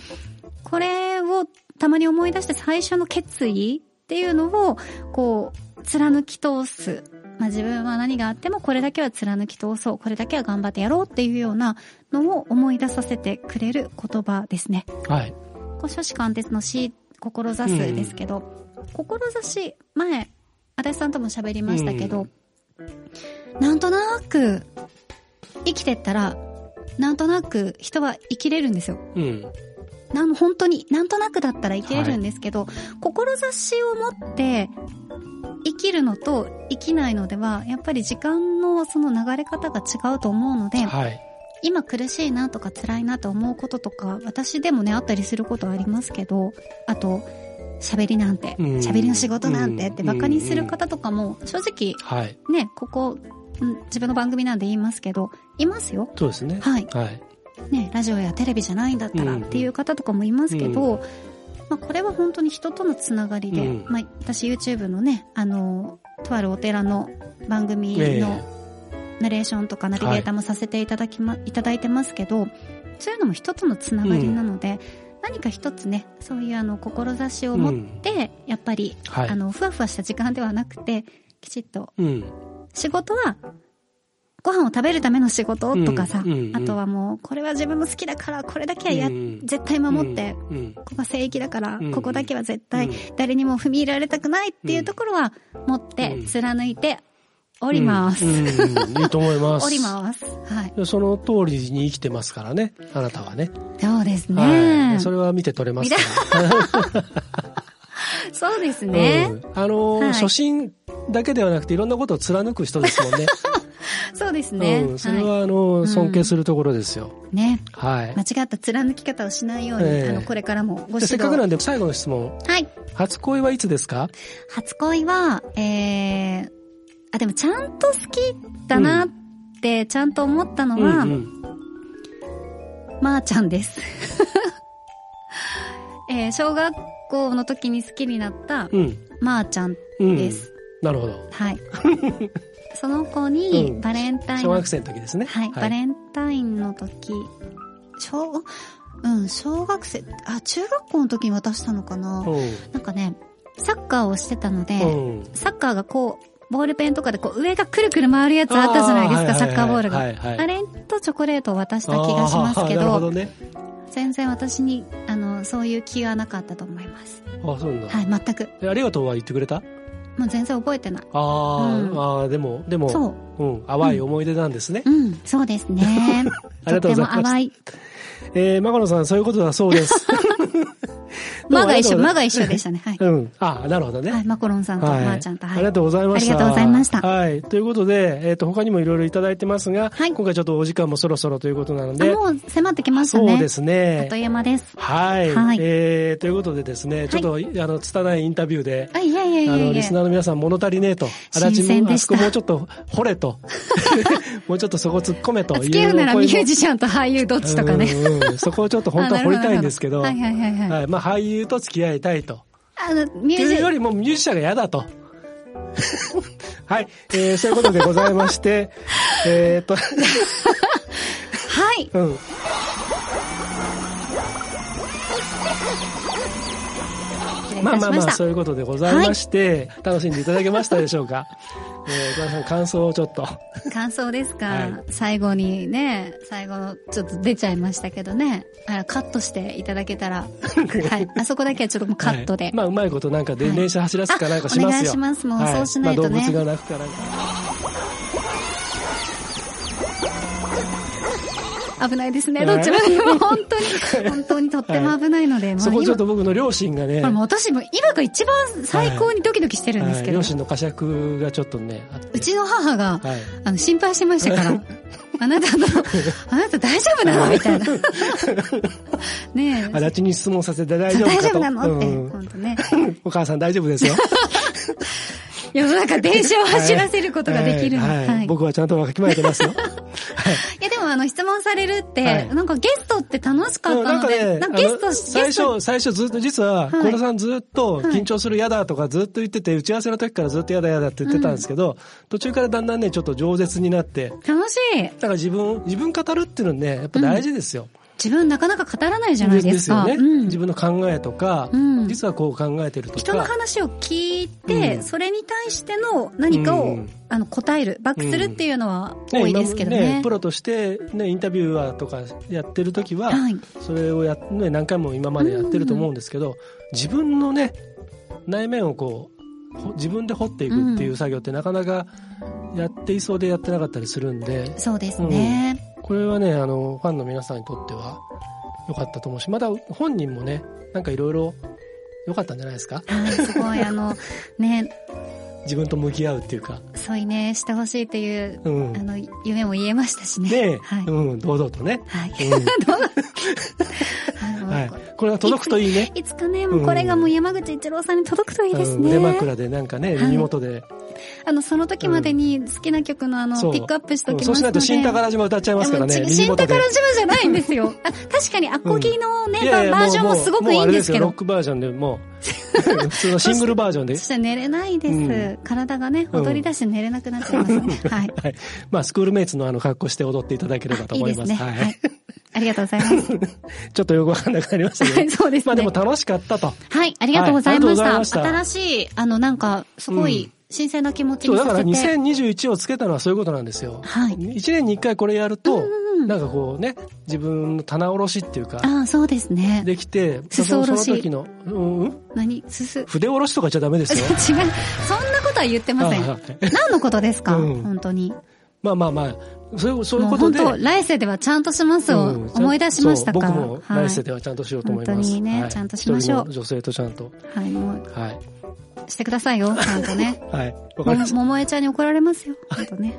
これをたまに思い出して最初の決意っていうのをこう貫き通す。まあ自分は何があってもこれだけは貫き通そう、これだけは頑張ってやろうっていうようなのを思い出させてくれる言葉ですね。はい。こう書士貫徹の志、志すですけど、志、前、足立さんとも喋りましたけど、なんとなく、生きてったら、なんとなく人は生きれるんですよ。うん。なん本当に、なんとなくだったら生きれるんですけど、志を持って生きるのと生きないのでは、やっぱり時間のその流れ方が違うと思うので、はい。今苦しいなとか辛いなと思うこととか、私でもね、あったりすることはありますけど、あと、喋りなんて、うん喋りの仕事なんてってうんバカにする方とかも、正直はい。ね、ここ、うん自分の番組なんで言いますけど、いますよ。そうですね。はい。はい。ね、ラジオやテレビじゃないんだったらうっんていう方とかもいますけうど、まあ、これは本当に人とのつながりで、うんまあ、私 YouTube のね、あの、とあるお寺の番組ええのナレーションとかナビゲーターもさせていただきま、い、ただいてますけど、そういうのも人とのつながりなので、何か一つね、そういうあの、志を持って、やっぱり、はいあの、ふわふわした時間ではなくて、きちっとうん。仕事はご飯を食べるための仕事とかさ、うんうんうんあとはもうこれは自分の好きだからこれだけはや、うん絶対守って、こうん。こが正義だから、うんここだけは絶対うん誰にも踏み入れられたくないっていうところは持ってうん貫いておおります。うん。うんいいと思いま す。おります。はい。す。その通りに生きてますからね、あなたはね。そうですね。はい。それは見て取れますから。そうですね、 うんあのーはい初心だけではなくていろんなことを貫く人ですもんね。そうですね。うん。それは、はあのーうん尊敬するところですよ。い、ね。はい。間違った貫き方をしないように、ええあの、これからもご指で導せっかくなんで最後の質問。はい。初恋はいつですか初恋は、えー、あ、でもちゃんと好きだなって、ちゃんと思ったのは、うんうんまーちゃんです。 えー小学校の時に好きになったうんまーちゃんうんです。なるほど はい。その子にうんバレンタイン小の、学生の時ですねはい、バレンタインの時、小、うん、小学生、あ、中学校の時に渡したのかな、なんかね、サッカーをしてたので、うんうんサッカーがこう、ボールペンとかでこう上がくるくる回るやつあったじゃないですか、あーサッカーボールが。はいはいはいあれとチョコレートを渡した気がしますけあーなるほど、どね全然私に、あの、そういう気はなかったと思います。あそうなんだ、はい、全く。えありがとうは言ってくれたもう全然覚えてない。あー、うんあーでもでもそう。うん、淡い思い出なんですね、。うん、そうですね ありがとうございますとっても淡い。えー、マ野さんそういうことだそうです 間が一緒、どうも間あがり一緒とうごでざいますしたね。はい。うんあなるほどね、はい、マコロンさんとまーちゃんと。ありがとうございました。ありがとうございましたはい。ということで、えっ、と、他にもいろいろいただいてますが、はい今回ちょっとお時間もそろそろということなのあ、で、もう迫ってきましたね。そうですあっとね。いう間です。はい、はいえーということでですね、ちょっと、あの、拙いインタビューで、あ、いやいやいやあいやの、いリやスナーの皆さん物足りねえと、新鮮あでそしこたもうちょっと、掘れと、 もうちょっとそこ突っ込めという付き合うならミューシジシャンと俳優どっちとかね。うんうんそこをちょっ と本当は掘りたいんですけど、あなるほどはいはいはいはい。はい、まあ俳優と付き合いたいと。あの、ミっュージていうシャよン。りもミュージシャンが嫌だと。はい、えーそういうことでございま して、えーっと、はい。うん。まあまあまあ、そういうことでございまして、楽しんでいただけましたでしょうか。えー、小田さん、感想をちょっと。感想ですか、はい最後にね、最後、ちょっと出ちゃいましたけどね。あら、カットしていただけたら。 はい。あそこだけはちょっともうカットで。はいまあ、うまいことなんかで、はい電車走らすかなんかしまあすよ。お願いしますもうそうしないとねまあ、動物が泣くかなんか。危ないですね。はいどちらにも本当に、本当にとっても危ないので、まあそこちょっ今、と僕の両親がね、これもう私も今が一番最高にドキドキしてるんですはけいど、両親の呵責がちょっとね、あってうちの母が、はい。あの、心配してました から。あなたの、あなた大丈夫なのみたいな。 ねえ。足立に質問させて大そう丈夫か大と。丈夫なのって、うん本当ね。 お母さん大丈夫ですよ。世の中電車を走らせることができるの。はいはいはい。僕はちゃんとわきまえ てますよ。いや、でもあの、質問されるって、はいなんかゲストって楽しかったので、なんかゲスあトのし、最ゲスト、初、最初ずっと、実はは、い小田さんずっと、緊張するやだとかずっと言ってて、打ち合わせの時からずっとやだやだって言ってたんですけど、途中からだんだんね、ちょっと饒舌になって、楽しい。だから自分、自分語るっていうのね、やっぱ大事ですよ。自分なかなか語らないじゃないですか。よね、うん自分の考えとか、うん実はこう考えてるとか。人の話を聞いて、うんそれに対しての何かを、うんあの答える、バックするっていうのはね多いですけどね。今もプロとして、ね、インタビュアーとかやってる時は、はいそれをや、ね、何回も今までやってると思うんですけど、自分のね内面をこうほ自分で掘っていくっていう作業ってなかなかやっていそうでやってなかったりするんでそうですね。これはねあのファンの皆さんにとっては良かったと思うしまた本人もねなんかいろいろ良かったんじゃないですかはい、すごい、あの、ね、自分と向き合うっていうか。添い寝してほしいっていう、うんあの、夢も言えましたしね。で、はい。うん、堂々とね。はい。うあ のん、はい。これが届くといいね。いつかね、もうこれがもう山口一郎さんに届くといいですうんね。腕枕でなんかね、はい耳元で。あの、その時までに好きな曲のあの、ピックアップしとうんきそまうしすないのとで。新宝島歌っちゃいますからいね、やもう耳新元で宝。島じゃないんです よ。あ、確かにアコギのね、ババージョンもすごくいいんですけもうあれよロどッ。クバージョンでもう、普 通のシングルバージョンでそ。したら寝れないです。うん体がね、踊り出して寝れなくなっちゃいますね。はい。はい。まあ、スクールメイツのあの格好して踊っていただければといい思でいすます。ね。は。はいい。ありがとうございます。ちょっとよくわかんなくなりましたけど。はいそうですねまあでも楽しかったと。はい、ありがとうございましはいた。ありがとうござい新ましい、あの、なんか、すごい、新鮮な気持ちそにう、さだせて。から2021をつけたのはそういうことなんですよ。はい1年に1回これやるとうんうんう、んなんかこうね、自分の棚卸しっていうか、ああ、そうですね。できて、裾そ下のろしその時の、うんうん、何すす。違う。筆下ろしとかじゃダメですそ よ。んなことは言ってませんはいはい。何のことですかうん本当に。まあまあまあ、そういうそういうもうこと本で。当、来世ではちゃんとしますをうん思い出しましたから。そう僕も来世でははちゃんとしようと思います。本当にねはいちゃんとしましょう一人も女性とちゃんと。い。はい、もう、はい。してくださいよ、ちゃんとね。はい。 わかもりました。桃江ちゃんに怒られますよ。本当ね。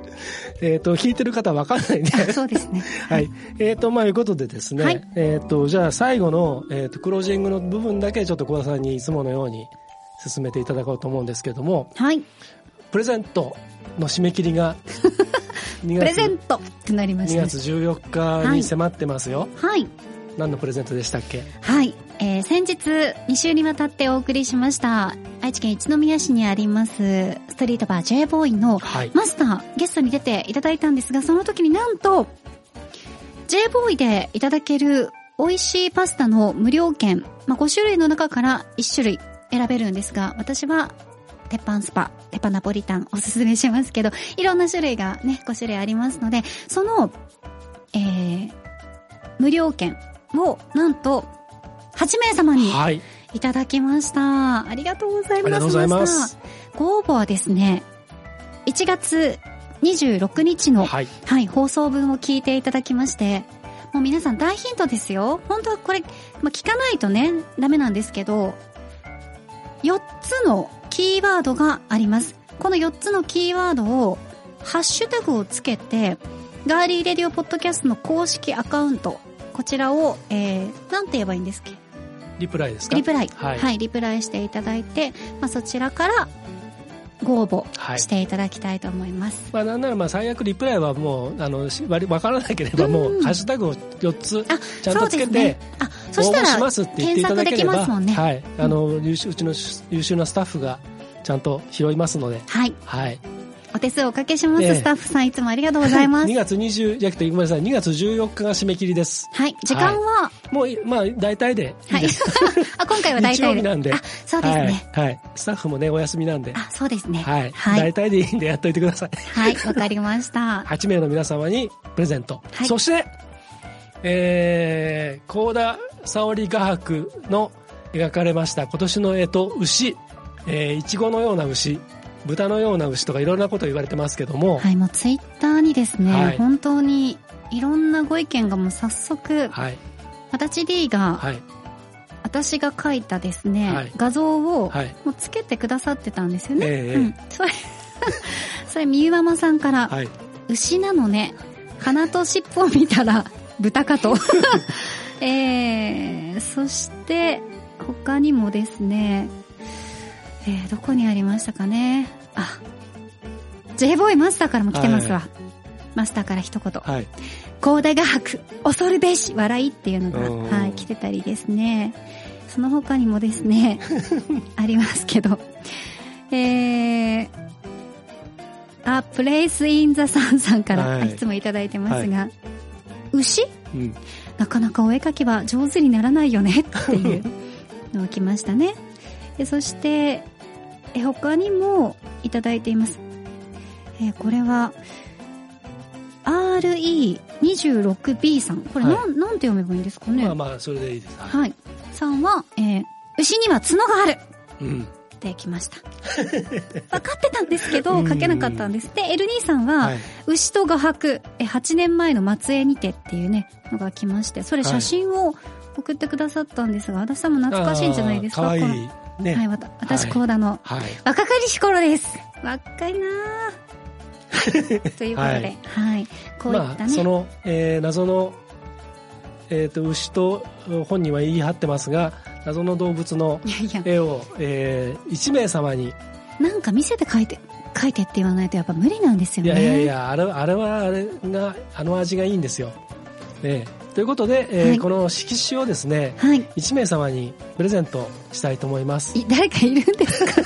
えっ、と、聞いてる方わかん ないんで。あそうですね。はい。えっ、と、まあ、いうことでですね。はいえっ、と、じゃあ最後の、えっ、と、クロージングの部分だけちょっと小田さん にいつものように進めていただこうと思うんですけども、はい。プレゼントの締め切り が2プレゼン月トってなりまし2た。月14日に迫ってますよ、はい。何のプレゼントでしたっけはい。えー先日、2週にわたってお送りしました、愛知県一宮市にあります、ストリートバー J ボーイのはいマスター、ゲストに出ていただいたんですが、その時になんと、J ボーイでいただける美味しいパスタの無料券、まあ、5種類の中から1種類選べるんですが、私は、鉄板スパ、鉄板ナポリタンおすすめしますけど、いろんな種類がね、5種類ありますので、その、えー、無料券を、なんと、8名様にはいいただきました。ありがとうございます。ありがとうございますマスターご応募はですね、1月26日の、はい、はい放送分を聞いていただきまして、もう皆さん大ヒントですよ。本当はこれ、まあ、聞かないとね、ダメなんですけど、4つのキーワードがあります。この4つのキーワードを、ハッシュタグをつけて、ガーリーレディオポッドキャストの公式アカウント、こちらを、えー、なんて言えばいいんですっけリプライですかリプライ、ははいい、リプライしていただいて、まあ、そちらからご応募はいしていただきたいと思います。まあ、なんならまあ最悪リプライはもうあのしわりわからなければもうハッシュタグを4つあ、ちゃんとつけそうですてね。あ、そ応した募しまら、すって言っていただけ検索でればきますもんねはい、あの優秀うちの優秀なスタッフがちゃんと拾いますので、はい、はい、お手数をおかけします、ええスタッフさんいつもありがとうござい ます2 。月20じゃなくてごめんなさい2月14日が締め切りですはい、時間は、もういまあ大体でいいはいです、。あ、今回は大日曜体日なんであ、そうですね。はい、はい、スタッフもねお休みなんであ、そうですね。はい、はい大。体でいいんでやっといてくださいはい、わかりました。 8名の皆様にプレゼント、はいそして、えー、高田沙織画伯の描かれました今年の絵と牛、えー、いちごのような牛豚のような牛とかいろんなこと言われてますけども、はい、もうツイッターにですね、はい本当にいろんなご意見がもう早速、はい私 D が、はい私が書いたですね、はい画像を、はいもうつけてくださってたんですよね。ええうん。それ、 それ、みゆママさんから、はい牛なのね、鼻と尻尾を見たら、豚か と。えー、そして、他にもですね、えー、どこにありましたかね。あ、j ボーイマスターからも来てますわ。マスターから一言。はい高田画伯、恐るべし、笑いっていうのが、うんはい、来てたりですね。その他にもです ね、ありますけど。えー、あ、プレイスインザサンさんから、はいあいつもいただいてますが、牛うんなかなかお絵描きは上手にならないよね っていうのが来ましたね。でそして、え他にもいただいています。えーこれは、RE26B さん。これなん、なんて読めばいいんですかね、まあまあそれでいいです、はいはい。さんは、えー牛には角があるうんって来 ました。分かってたんですけど、うん書けなかったんです。で、L2 さんは、はい、牛と画伯え8年前の末裔にてっていうねのが来ましてそれ写真を送ってくださったんですが、足立さんも懐かしいんじゃないですかあーかわこいのいねはいわた私はいコーダの、はい、若かりし頃です若いな ぁということで、はい、こういっまたあね、その、えー謎の、えー、と牛と本人は言い張ってますが謎の動物のいやいや絵を、えー、1名様に、なんか見せて書いて書いてって言わないとやっぱ無理なんですよいねやいやいや、あれあれはあれが、あの味がいいんですよ。ええということで、えーはいこの色紙をですね、はい1名様にプレゼントしたいと思います。い誰かいるんですか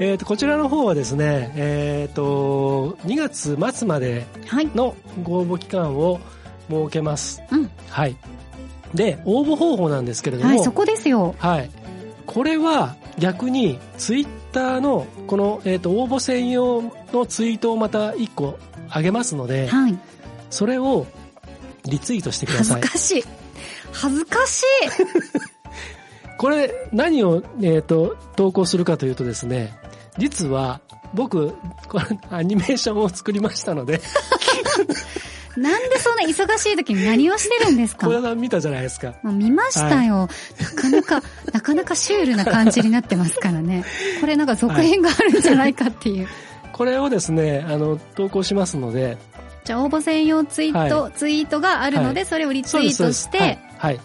えーとこちらの方はですね、えー、と2月末まではいのご応募期間を設けます。うんはい、で応募方法なんですけれども、はいそこですよはい。これは逆にツイッターのこの、えー、と応募専用のツイートをまた1個上げますので、はいそれをリツイートしてくだ恥さずい。かしい恥ずかしこれ何を、えー、と投稿するかというとですね、実は僕、これアニメーションを作りましたので、いなんでそんな忙しい時に何をしてるんですか小田さん見たじゃないですか。もう見ましたよ、なかなか、なかなかシュールな感じになってますからね。これなんか続編があるんじゃないかっていう。これをですね、あの、投稿しますので、じゃあ応募専用ツイート、はツイートがあるので、はそれをリツそうイですーそうトでしすてはい。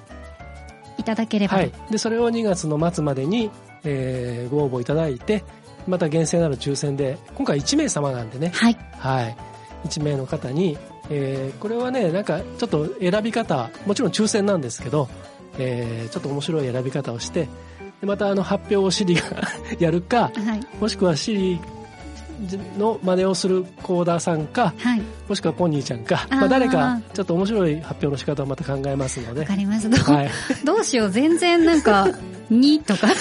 いただければはと。い。で、それを2月の末までに、えーご応募いただいて、また厳正なる抽選で今回1名様なんでね、はい。はい、1名の方に、えーこれはねなんかちょっと選び方もちろん抽選なんですけど、えーちょっと面白い選び方をしてでまたあの発表をシリが やるかはい。もしくはシリの真似をするコーダーさんかはい。もしくはポニーちゃんかあーまあ、誰かちょっと面白い発表の仕方をまた考えますのでわか。りました。どうはい、どうしよう。全然なんか、2とか。うん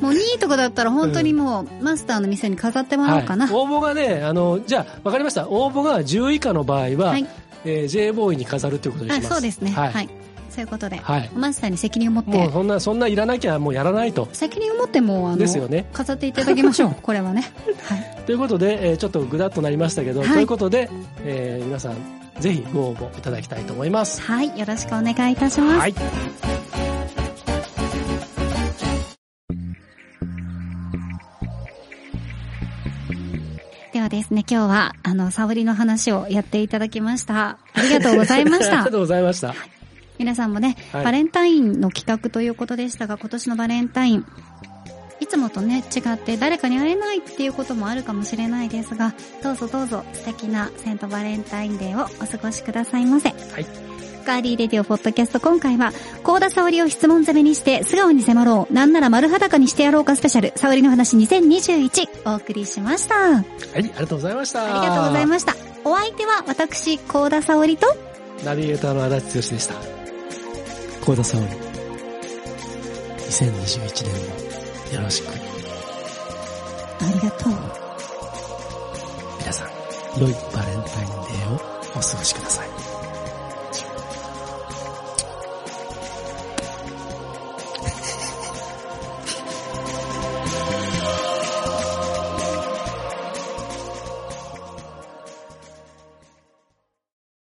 もう2とかだったら本当にもう、マスターの店に飾ってもらおうかな。はい応募がね、あの、じゃあ、わかりました。応募が10以下の場合は、はいえー J ボーイに飾るということにしあます。そうですね。は。はいい。そういうことで、はいマスターに責任を持っもうて、そんな、そんないらなきゃもうやらないと。責任を持ってもう、あの、ですよね飾っていただきま しょう。これはね。はい。ということで、えーちょっとぐだっとなりましたけど、はいということで、えー皆さん、ぜひご応募いただきたいと思います。はい。よろしくお願いいたします。はい。ではですね、今日は、あの、沙織の話をやっていただきました。ありがとうございまし ありたがと。うございました。皆さんもね、はいバレンタインの企画ということでしたが、今年のバレンタイン、いつもとね、違って誰かに会えないっていうこともあるかもしれないですが、どうぞどうぞ素敵なセントバレンタインデーをお過ごしくださいませ。いガーリーレディオポッドキャスト今回は、高田沙織を質問攻めにして素顔に迫ろう、なんなら丸裸にしてやろうかスペシャル、沙織の話2021お送りしました。あはい、ありがとうございました。りがとうございました。お相手は私、高田沙織と、す。ナビゲーターの足立剛でした。幸田沙織、2021年もよろしく、ありがとう。皆さん、良いバレンタインデーをお過ごしください。